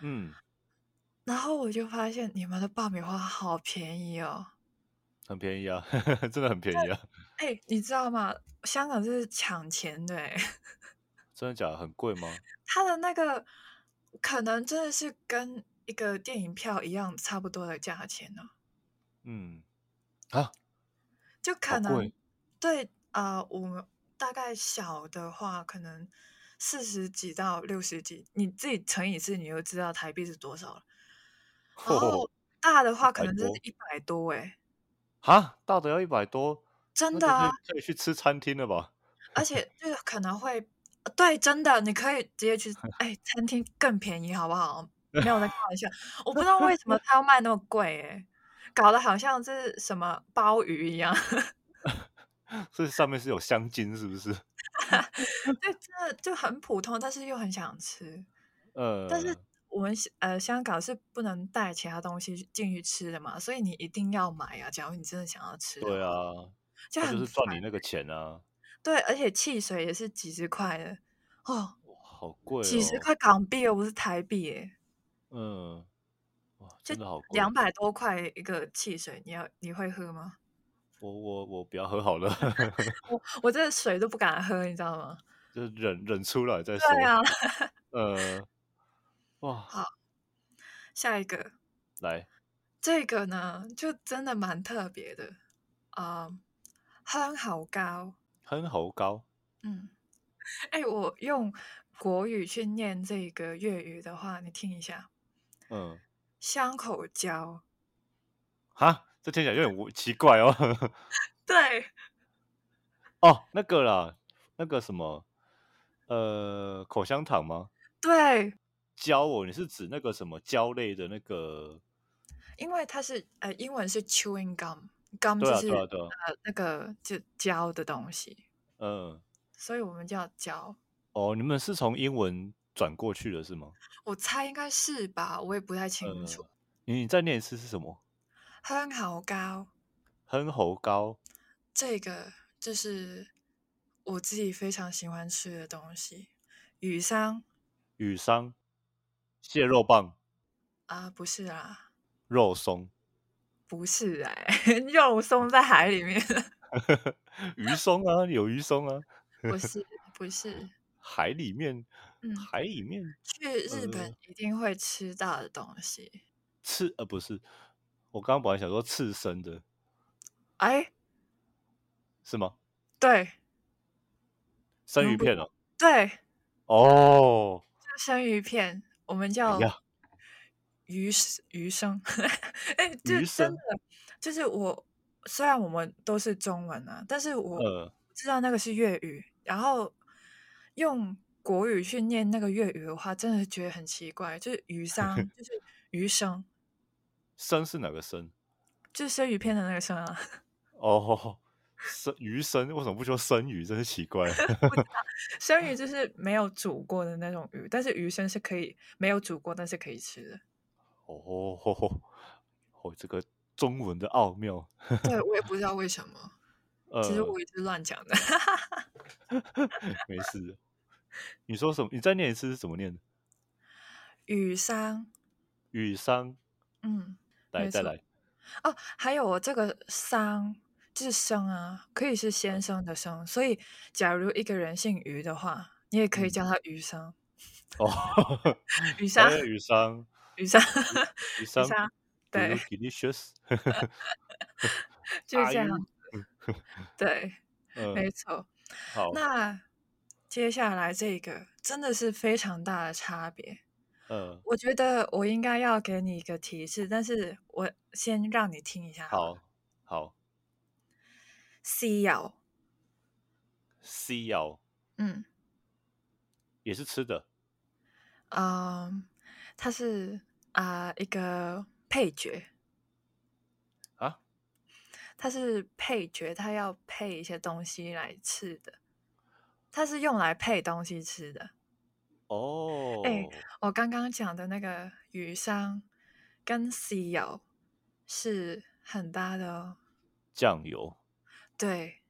嗯，
然后我就发现你们的爆米花好便宜哦。
很便宜啊， *laughs* 真的很便宜啊，
哎，你知道吗？香港就是抢钱的哎，
真的假的？很贵吗？
*laughs* 它的那个可能真的是跟一个电影票一样差不多的价钱哦呢、
嗯，啊，
就
好
可能
贵。
对啊、呃我们大概小的话，可能四十几到六十几，你自己乘以四，你就知道台币是多少了。然
哦， *laughs*
后大的
一
话，可
百
能就是
多
一百多，诶，
哈，大的要一百多，
真
那
的
个可
啊！
以可以去吃餐厅了吧？ *laughs*
而且就是可能会，呃对，真的，你可以直接
*laughs*
去，哎，餐厅更便宜，好不好？没有在开玩
*laughs*
笑，我不知道为什么他要卖那么贵，诶，搞得好像是什么鲍鱼一样。 *laughs*
这上面是有香精是不是？
对，真的就很普通，但是又很想吃。但是
呃，
我们香呃香港是不能带其他东西去进去吃的嘛，所以你一定要买啊。假如你真的想要吃的
对
话，
啊，
就
他
很
就是
烦。
赚你那个钱啊，
对，而且汽水也是几十块的哦，
哇好贵
几十
哦，
块港币又不是台币耶，
嗯，哇，
就
真的好
两
贵，
百多块一个汽水，你要你会喝吗？ *laughs*
我我我不要喝好了，
我我这水都不敢喝，你知道吗？
就忍忍出来再
对
说，
啊， *laughs*
呃，哇，
好，下一个。
来，
这个呢，就真的蛮特别的啊、香好高，
哼猴膏，
嗯，哎，我用国语去念这个粤语的话，你听一下，
嗯，
香口胶，
哈，这听起来有点无奇怪哦， *laughs*
对，
哦，那个啦，那个什么，呃，口香糖吗？
对，
胶哦，你是指那个什么胶类的那个？
因为它是呃，英文是 chewing gum，gum
对
就
啊，
嗯是
对啊，对啊，
呃那个就胶的东西，
嗯，
所以我们叫胶。
哦，你们是从英文转过去的是吗？
我猜应该是吧，我也不太清楚。
呃，你再念一次是什么？
香口胶
哼猴膏
这个就是我自己非常喜欢吃的东西，鱼香
雨桑、蟹肉棒、
啊，不是啦，
肉松、 *laughs*
不是哎、 *laughs* 肉松在海里面，
鱼松啊，有鱼松啊，
不是不是，
海里面，
嗯，
海里面， *laughs*
去日本
呃，
一定会吃到的东西。
刺呃不是，我刚刚本来想说刺身的
哎，
是吗？
对，你
生
们
鱼
不
片哦，
对，
哦，
就生鱼片，我们
哎
叫
呀，
鱼生鱼生， *laughs* 哎，这
鱼
真
生，
的就是我，虽然我们都是中文啊，但是我
呃，
知道那个是粤语，然后用国语去念那个粤语的话，真的觉得很奇怪，就是
*laughs*
鱼生，就是鱼生，
生是哪个生？
就是生鱼片的那个生啊，
哦，生鱼生为什么不说生鱼？真是奇
*laughs*
怪。
生鱼就是没有煮过的那种鱼，但是鱼生是可以没有煮过，但是可以吃的。
哦，哦，这个中文的奥妙。
*laughs* 对，我也不知道为什么，其实
呃，
我也是乱讲的。 *laughs*
没事。你说什么？你再念一次是怎么念的？
雨商，
雨商，
嗯，
来
没
再
错。
来。
哦，还有我这个“商”，是生啊，可以是先生的生，所以假如一个人姓余的话，你也可以
嗯，哎
叫他余
*laughs*
生、
哦，
余
还
生、
有雨商，
余生、
雨
余
商
生，
，Do
对，
you delicious？
就是这
，Are
样，
you？嗯
对，没
嗯，
错。
好，
那接下来这个真的是非常大的差别。
嗯，
我觉得我应该要给你一个提示，但是我先让你听一下好了。
好，好
西瑶，
，C 咬
嗯
也是吃的，
嗯，它是啊、一个配角，
啊，
它是配角，它要配一些东西来吃的，它是用来配东西吃的。哎，
哦，
我刚刚讲的那个鱼香跟西瑶是很搭的哦。
酱油，
对，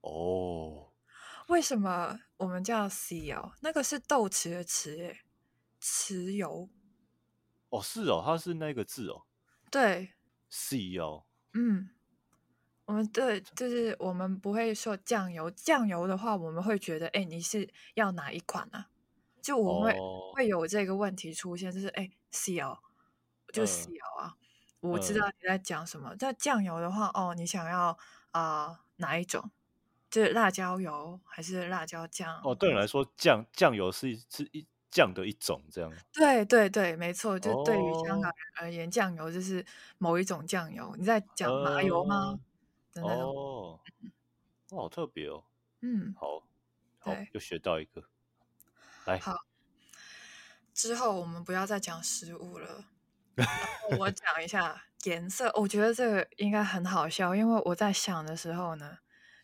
哦，
为什么我们叫西瑶？那个是豆豉的豉耶，豉油。
哦，是哦，它是那个字哦
对，
，C 哦，
嗯，我们对，就是我们不会说酱油。酱油的话，我们会觉得，哎，你是要哪一款啊？就我们会
哦，
会有这个问题出现，就是哎，西瑶，就西
嗯
瑶啊，我知道
嗯，
你在讲什么。但酱油的话，哦，你想要啊、哪一种？就是辣椒油还是辣椒
哦，
酱？
对你来说，酱酱油是一是一酱的一种这样，
对对对，没错，就对于香港
哦，
人而言，酱油就是某一种酱油。你在讲麻油吗？
嗯，
的那种，
哦，哇，好特别哦，
嗯，
好，好，
对。
又学到一个，来，
好，之后我们不要再讲食物了。然后
*laughs*
我讲一下颜色，我觉得这个应该很好笑，因为我在想的时候呢，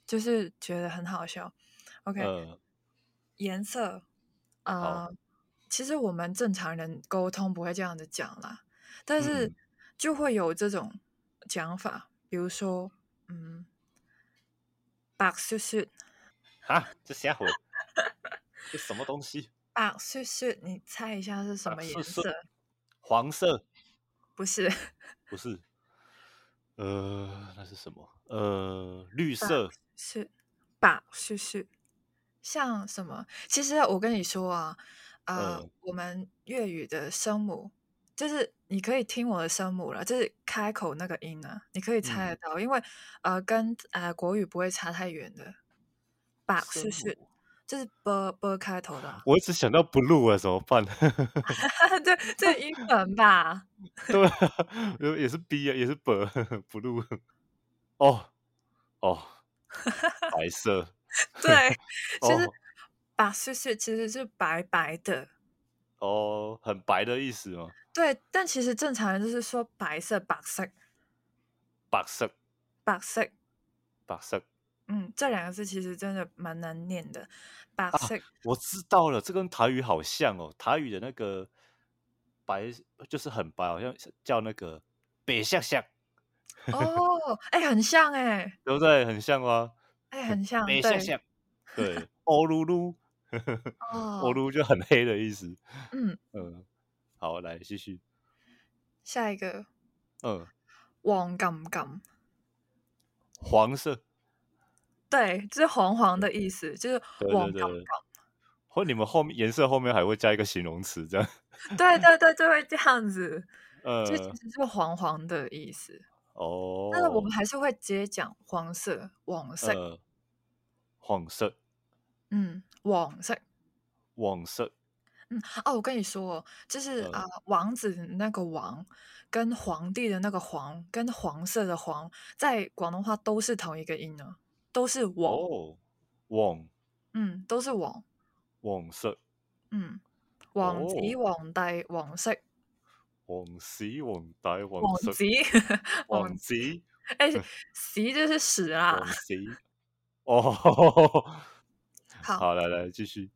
就是觉得很好笑。OK，
嗯，
颜色，
好，
呃，其实我们正常人沟通不会这样子讲啦，但是
嗯，
就会有这种讲法，比如说，嗯，白雪雪，
哈，啊这瞎混，这什么东西？
白雪雪，你猜一下是什
啊，
么
是
颜
是
色？
黄色，
不
*laughs*
是，
不是，呃，那是什么？呃，绿
把
色，
是把是是，像什么？其实我跟你说啊，呃，
嗯，
我们粤语的声母，就是你可以听我的声母了，就是开口那个音呢、你可以猜得
嗯，
到，因为呃，跟呃国语不会差太远的。把
声
是是，
母，
就是 b b 开头的啊、
我一直想到 blue 啊，怎么
*laughs*
办？*laughs*
对，这英文吧？
对啊， *laughs* 呃也是 B 啊，也是 b *laughs* blue 哦哦，白
*laughs*
色 *laughs*
对，就是
哦
把是是，其实是白白的。
哦，很白的意思哦吗？
对，但其实正常人就是说白色，白色，
白色
白色。
白色
嗯，这两个字其实真的蛮难念的。白
啊，
色，
我知道了，这跟台语好像哦，台语的那个白就是很白，好像是叫那个北向向，
哦，哎，很像哎，
对不对？很像吗？ *laughs*
哎，很像，
北向
对，
向，
*laughs*
对， *laughs* 欧噜噜，欧
哦，
噜就很黑的意思。
嗯，
嗯，好，来继续，
下一个
嗯，
黄金金，
黄色。
对，就是黄黄的意思，就是
对
黄
对
金
对，
金，
或你们后面颜色后面还会加一个形容词，这样，
对对对，就会这样子，就其
呃，
实 *laughs* 是黄黄的意思。但是我们
哦，
还是会直接讲黄色、黄色，
呃，黄色，
嗯，黄色，
黄色，
嗯，哦，我跟你说，就是啊、
呃，
王子的那个王，跟皇帝的那个皇，跟黄色的黄，在广东话都是同一个音呢，都是网，
哦，黄
嗯，都是网，
黄色，
嗯，王子、
哦，
皇帝、黄色、
黄屎黄大黄
王
色，
子、王，
黄子
哎，屎就是屎啦。
黄子，哦， *laughs*
好，
好，来来继续，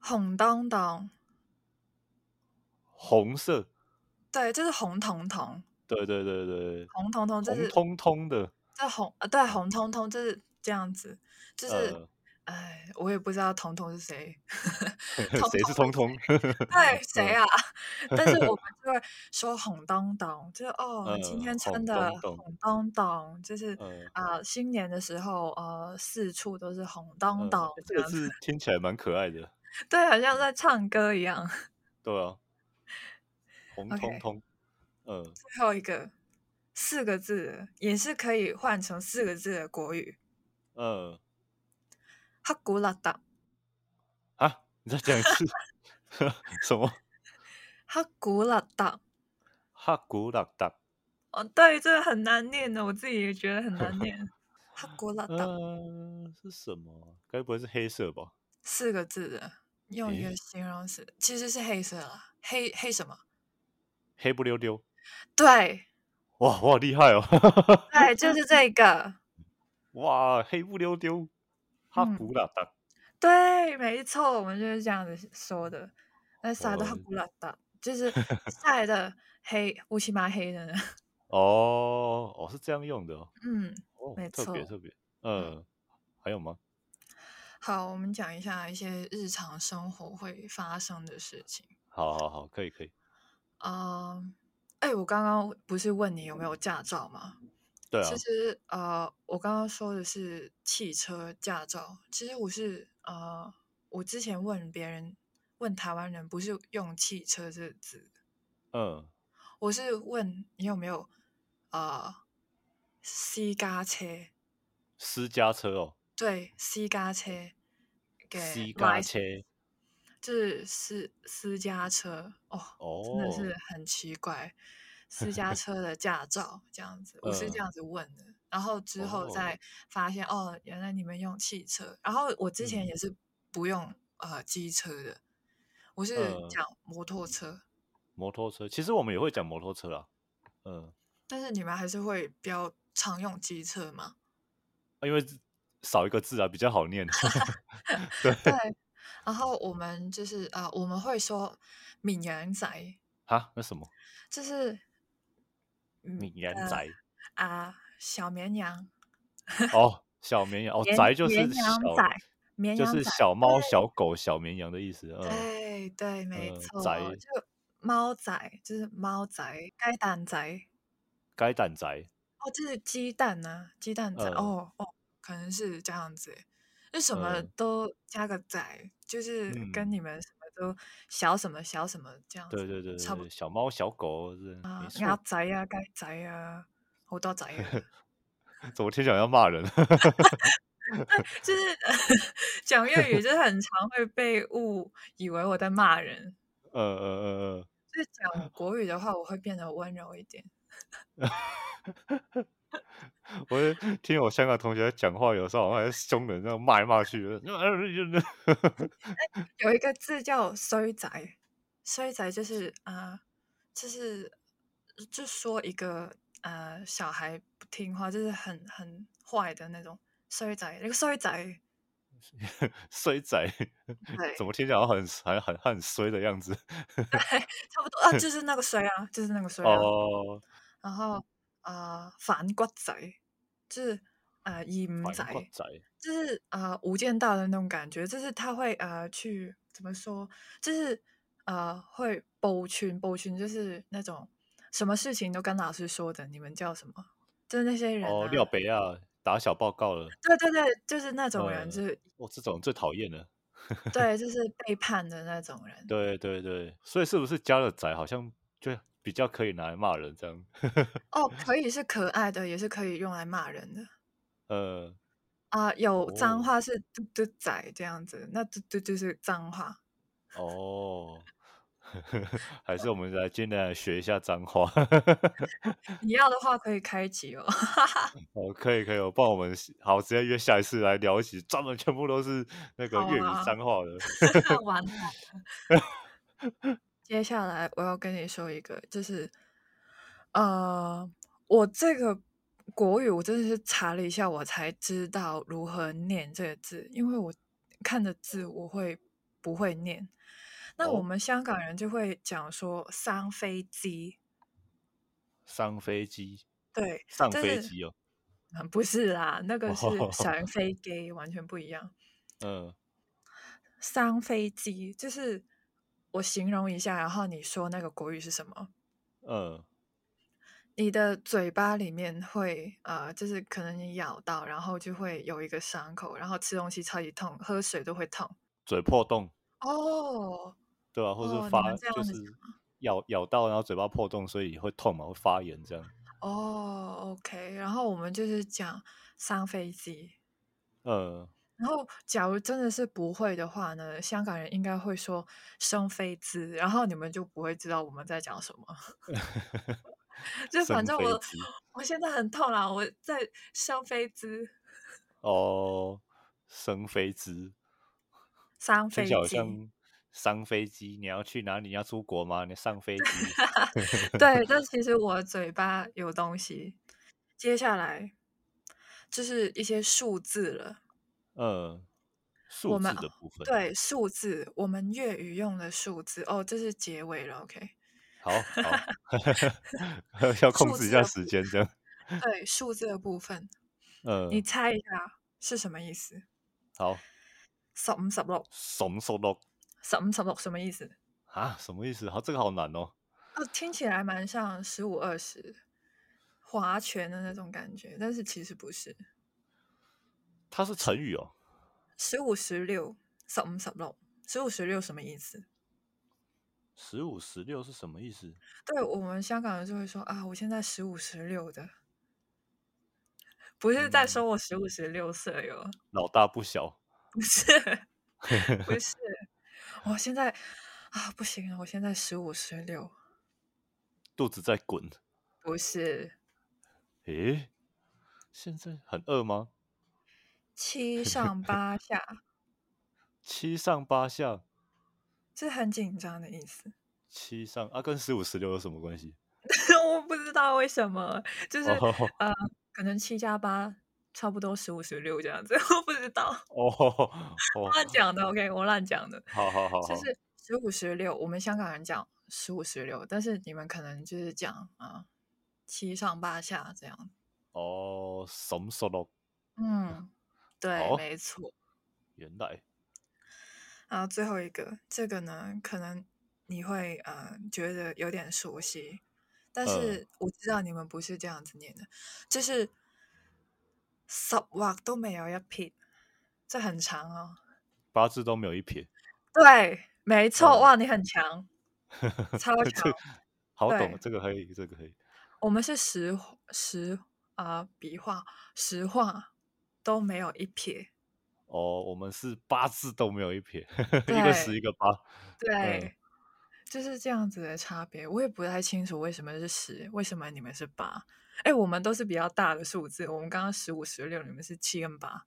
红当当，
红色，
对，就是红彤彤，
对对对对，
红彤彤就
红
是
通通的，
这红，呃，对，红彤彤就是这样子，就是 *laughs*
呃。 *laughs*
哎，我也不知道彤彤是谁，彤
谁是通通？
对谁
嗯
啊？ *laughs* 但是我们就会说红东东，就是哦，今
嗯，
天穿
红
的
东东，
红东东，就是 *laughs*
嗯
啊、新年的时候呃，四处都是红东
嗯，
东
诶
这
这个
样子，
字听起来蛮可爱的，
对，好像
嗯，
在唱歌一样。 *laughs*
对啊，红
OK，
通通，嗯，
最后一个四个字的也是可以换成四个字的国语，
嗯，
哈古拉达，
啊，你再讲一次， *laughs* 什么？
哈古拉达。
哈古拉达，
哦，对，这个很难念哦的，我自己也觉得很难念。哈古拉达
嗯，呃是什么？该不会是黑色吧？
四个字的，用一个
诶，
形容词，其实是黑色啦，黑黑什么？
黑不溜丢，
对
哇，我好厉害哦！ *laughs*
对，就是这个。
哇，黑不溜丢，哈
嗯，
古拉达，
对，没错，我们就是这样子说的。那啥的
哦，
哈古拉达，就是晒的黑，乌漆嘛黑的呢。 *laughs*
哦，哦，是这样用的哦，
嗯，
哦
没
特别
错。
特别，
嗯，
嗯，还有吗？
好，我们讲一下一些日常生活会发生的事情。
好好好，可以可以，
啊，哎，我刚刚不是问你有没有驾照吗？
对
其
啊，
实呃，我刚刚说的是汽车驾照，其实我是呃，我之前问别人，问台湾人不是用汽车这个字，
嗯，
我是问你有没有呃，私家车，
私家车哦，
对，私家车给
私家
license，
车，
就是私私家车哦，真的是
哦，
很奇怪，
*laughs*
私家车的驾照这样子，我是这
嗯，
样子问的，然后之后
哦，
再发现哦，原来你们用汽车，然后我之前
嗯
也是不用呃机车的，我是
嗯，
讲摩托车，
摩托车，其实我们也会讲摩托车啦，嗯，
但是你们还是会比较常用机车嘛？
啊因为字少一个字啊，比较好念， *laughs* 对，
对， *laughs* 然后我们就是啊、呃我们会说闽南仔，
哈，那什么，
就是嗯
闽南
呃
仔，
啊小绵羊。
哦，小绵羊，哦，
绵
宅就是
绵羊
小，
仔，绵
就
羊
是
仔，
小猫、小狗、小绵羊的意思，嗯
对对对，没
嗯，
错，
宅，
就猫仔，就是猫仔，该蛋仔，
该蛋宅，
哦，就是鸡蛋呢、鸡蛋仔，
嗯
哦哦，可能是这样子欸，就什么
嗯
都加个仔，就是跟
嗯，
你们什么都小什么小什么这样
对
子，
对对
差不
对，小猫、小狗是没
啊，鸭
错，
仔呀、啊，该仔呀、啊，好多仔呀、啊。
*laughs* 怎么听起来要骂人？啊 *laughs*
就是 *laughs* 讲粤语，就是很常会被误以为我在骂人，
呃呃
就是
*laughs*
讲国语的话，我会变得温柔一点。
呃，呃我也听我香港同学讲话，有时候好像还凶人，这样骂来骂去的。呃
有一个字叫“衰仔”，衰仔就是啊、呃就是就说一个呃小孩不听话，就是很很坏的那种衰仔，那个衰
*laughs*
仔，
*laughs* 衰仔，怎
对，
么听起来好像很很很很衰的样子？ *laughs*
差不多啊，就是那个衰啊，就是那个衰啊。
哦，
然后呃，反骨仔就是呃盐
反
仔，
骨仔，
就是呃无间道的那种感觉，就是他会呃去怎么说，就是呃会包群包群，就是那种什么事情都跟老师说的，你们叫什么？就是那些人
哦，
啊，
廖北亚打小报告了，
对对对，就是那种人，
呃，
就是
我、这种最讨厌了。
嗯对，就是背叛的那种人。
对对对，所以是不是加了仔好像就比较可以拿来骂人这样？ *laughs*
哦，可以是可爱的，也是可以用来骂人的。
呃，
啊、有脏
哦
话是嘟嘟仔这样子，那嘟嘟就是脏话。
哦， *laughs* 还是我们来今天来学一下脏话。 *laughs*
你要的话可以开集哦。
哦，可以可以，我帮我们好直接约下一次来聊一起，专门全部都是那个
好
粤语
啊，
脏话的。 *laughs*
完蛋！接下来我要跟你说一个，就是呃，我这个国语我真的是查了一下，我才知道如何念这个字，因为我看的字我会不会念。那我
哦，
们香港人就会讲说“上飞机”，
上飞机，
对， *laughs*
上
但
飞
是
机哦，
嗯不是啦，那个是“
哦，
上飞机”，完全不一样。
嗯，
商飞机，就是我形容一下，然后你说那个国语是什么？
嗯，
你的嘴巴里面会呃，就是可能你咬到，然后就会有一个伤口，然后吃东西超级痛，喝水都会痛。
嘴破洞，
哦
对吧、或是
哦，你
发
们这样
就
子
是
讲
咬咬到，然后嘴巴破洞，所以会痛嘛，会发炎这样。
哦，OK。然后我们就是讲上飞机。
嗯，
然后，假如真的是不会的话呢，香港人应该会说生飞滋，然后你们就不会知道我们在讲
*laughs*
什么。就反
生
正
飞
我
机
我现在很痛啦，我在生飞滋，
哦，生飞机
上
听
飞
起来好
机。
像上飞机，你要去哪里？你要出国吗？你上飞
*laughs*
机？
对，但其实我嘴巴有东西。接下来就是一些数字了。
嗯，数
我们
字的部分，
对数字，我们粤语用的数字哦，这是结尾了。OK，
好 *laughs* 好，要控
数
制
字
一下
的
时
部
间这样。
对数字的部分，你
嗯，
猜一下是什么意思？
好，
十五十六，
怂怂咯
十五十六什么意思？
啊，什么意思？好，这个好难哦。
哦，听起来蛮像十五二十划拳的那种感觉，但是其实不是，
它是成语哦，
十五十六，十五十六，十五十六什么意思？
十五十六是什么意思？
对我们香港人就会说啊，我现在十五十六的，不是在
嗯，
说我十五十六岁哦，
老大不小。
不是不
*laughs*
是，我现在啊不行了，我现在十五十六，
肚子在滚。
不是
诶，现在很饿吗？
七上八下，
七上八下，
是很紧张的意思。 *laughs*
七上啊，跟十五十六有什么关系？
我不知道为什么，就是
哦 *laughs*
呃，可能七加八差不多十五十六这样子，我不知道，
哦
*laughs*
哦，
乱讲的。OK，我乱讲的，
好好好
就
好，
是十五十六，我们香港人讲十五十六，但是你们可能就是讲啊、呃七上八下这样。
哦，什么时候？
嗯，对，
哦，
没错。
原来，
然后最后一个，这个呢，可能你会呃觉得有点熟悉，但
嗯，
是我知道你们不是这样子念的，就是十画都没有一撇，这很长哦。
八字都没有一撇，
对，没错，
嗯，
哇，你很
*laughs*
强，超强。
这好懂，
对，
这个可以，这个可以，
我们是实实啊、呃笔画实画都没有一撇，
哦，我们是八字都没有一撇， *laughs* 一个十，
对
一个八，嗯，
对，就是这样子的差别，我也不太清楚为什么是十，为什么你们是八？哎，我们都是比较大的数字，我们刚刚十五、十六，你们是七跟
*laughs*
八，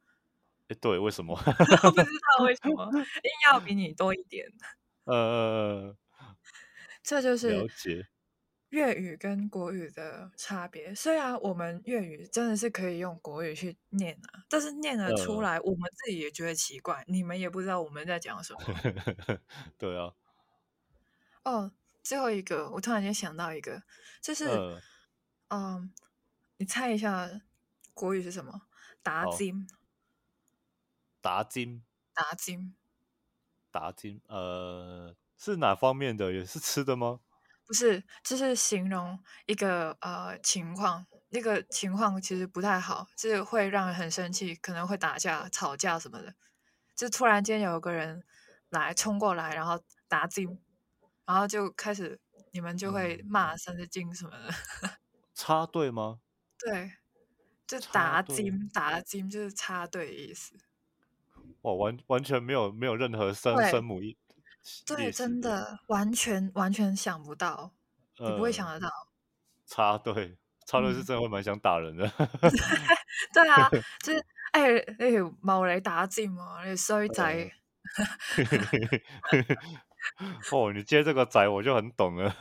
诶，对，为什么？ *laughs*
我不知道为什么硬要比你多一点。
呃，
这就是
了解， *laughs*
粤语跟国语的差别。虽然我们粤语真的是可以用国语去念啊，但是念了出
嗯，
来，我们自己也觉得奇怪，你们也不知道我们在讲什么。
对啊，
哦，最后一个，我突然间想到一个，就是，
嗯，
嗯，你猜一下国语是什么？打
好，
金，
达金。
打金，
打金，呃，是哪方面的？也是吃的吗？
不是，就是形容一个呃情况，那个情况其实不太好，就是会让人很生气，可能会打架、吵架什么的。就突然间有个人来冲过来，然后打金，然后就开始你们就会
嗯，
骂三字经什么的， *laughs*
插队吗？
对。就
插
打
队，
金，打金就是插队的意思。
哇，完完全没有没有任何生生
对
母一
对，
历史
真
的，
的嗯完全完全想不到，你不会想
呃，
得到。
插队，插队是
嗯，
真的会蛮想打人的，
*laughs*
*laughs*
对啊，就是哎，你条茂你打尖嘛，你衰
呃，
仔。
哦，你接这个仔我就很懂了，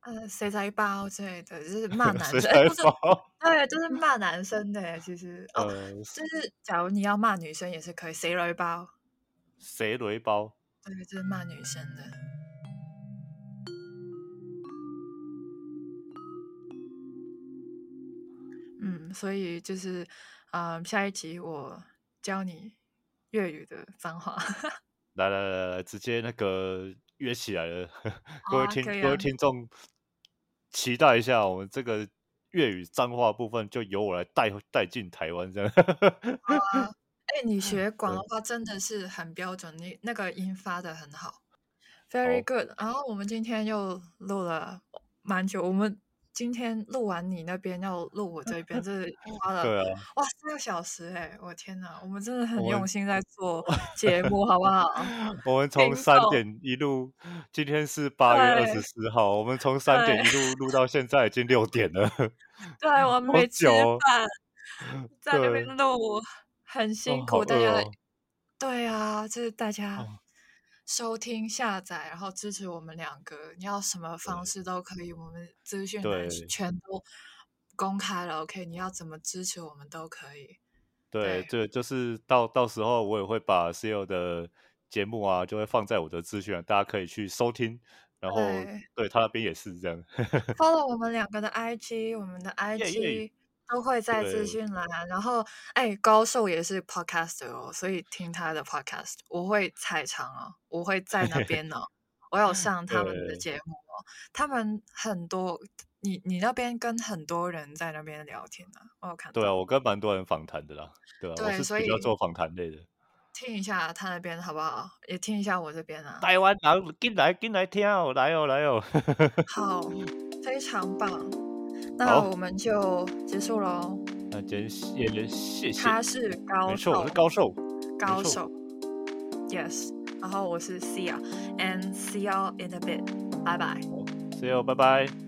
呃，谁才包之类的，就是
*laughs*
*laughs* 骂男
谁
生，哎，
来
不是，
包？
对，就是骂男生的。其 *laughs* 实哦，
呃，
就是假如你要骂女生也是可以，谁来包？
谁雷包？
对，就是骂女生的。呃嗯，所以就是，啊、下一集我教你粤语的哎脏 *laughs* 话。
来来来来，直接那个约起来了，
好
各位
啊，
听
可以
各位
啊，
听众，期待一下我们这个粤语脏话部分，就由我来带带进台
*laughs*
湾这样。
哎，你学广
对，
东话真的是很标准，你那个音发的很好，very
好，
good。然后我们今天又录了蛮久，我们今天录完你那边，要录我这边，这花了
对啊，
哇三个小时哎、我天呐，我们真的很
我
用
们
心在做节目，好不好？
我们从
听
三
众，
点一路，今天是八月二十
对
四号，我们从三点
对
一路录到现在已经六点了，
对，啊
*laughs*
我们
好
没吃
久哦，
饭，
*laughs*
在那边
对，
录，很
哦，
辛
好
苦大
饿
家。
哦，
对啊，就是大家
哦，
收听、下载，然后支持我们两个，你要什么方
对
式都可以，我们资讯栏是
对。
全都公开了，OK？你要怎么支持我们都可以。
对，
对，
这就是到到时候我也会把 CEO 的节目啊，就会放在我的资讯栏，大家可以去收听。然后
对
对他那边也是这样，
，follow 我们两个的 IG，我们的
*laughs* 耶耶，
IG 都会在资
对，
讯栏。然后，哎，高寿也是 podcaster 哦，所以听他的 podcast，我会踩场哦，我会在那边哦，我
*laughs*
有上他们的
对，
节目哦，他们很多，你你那边跟很多人在那边聊天啊，我有看
对啊，
到。
我跟蛮多人访谈的啦，对啊，我
对，
是
所
比较
以
做访谈类的。
听一下他那边好不好？也听一下我这边啊。
台湾人进来进来听哦，来哦来哦， *laughs*
好，非常棒。那
好，
我们就结束喽。
那今天也谢谢，
他是
没
高
错，我是
手，
高寿，没
高
错，
手，yes。然后我是 Cia，and see you in a bit，拜拜。
好，CEO，拜拜。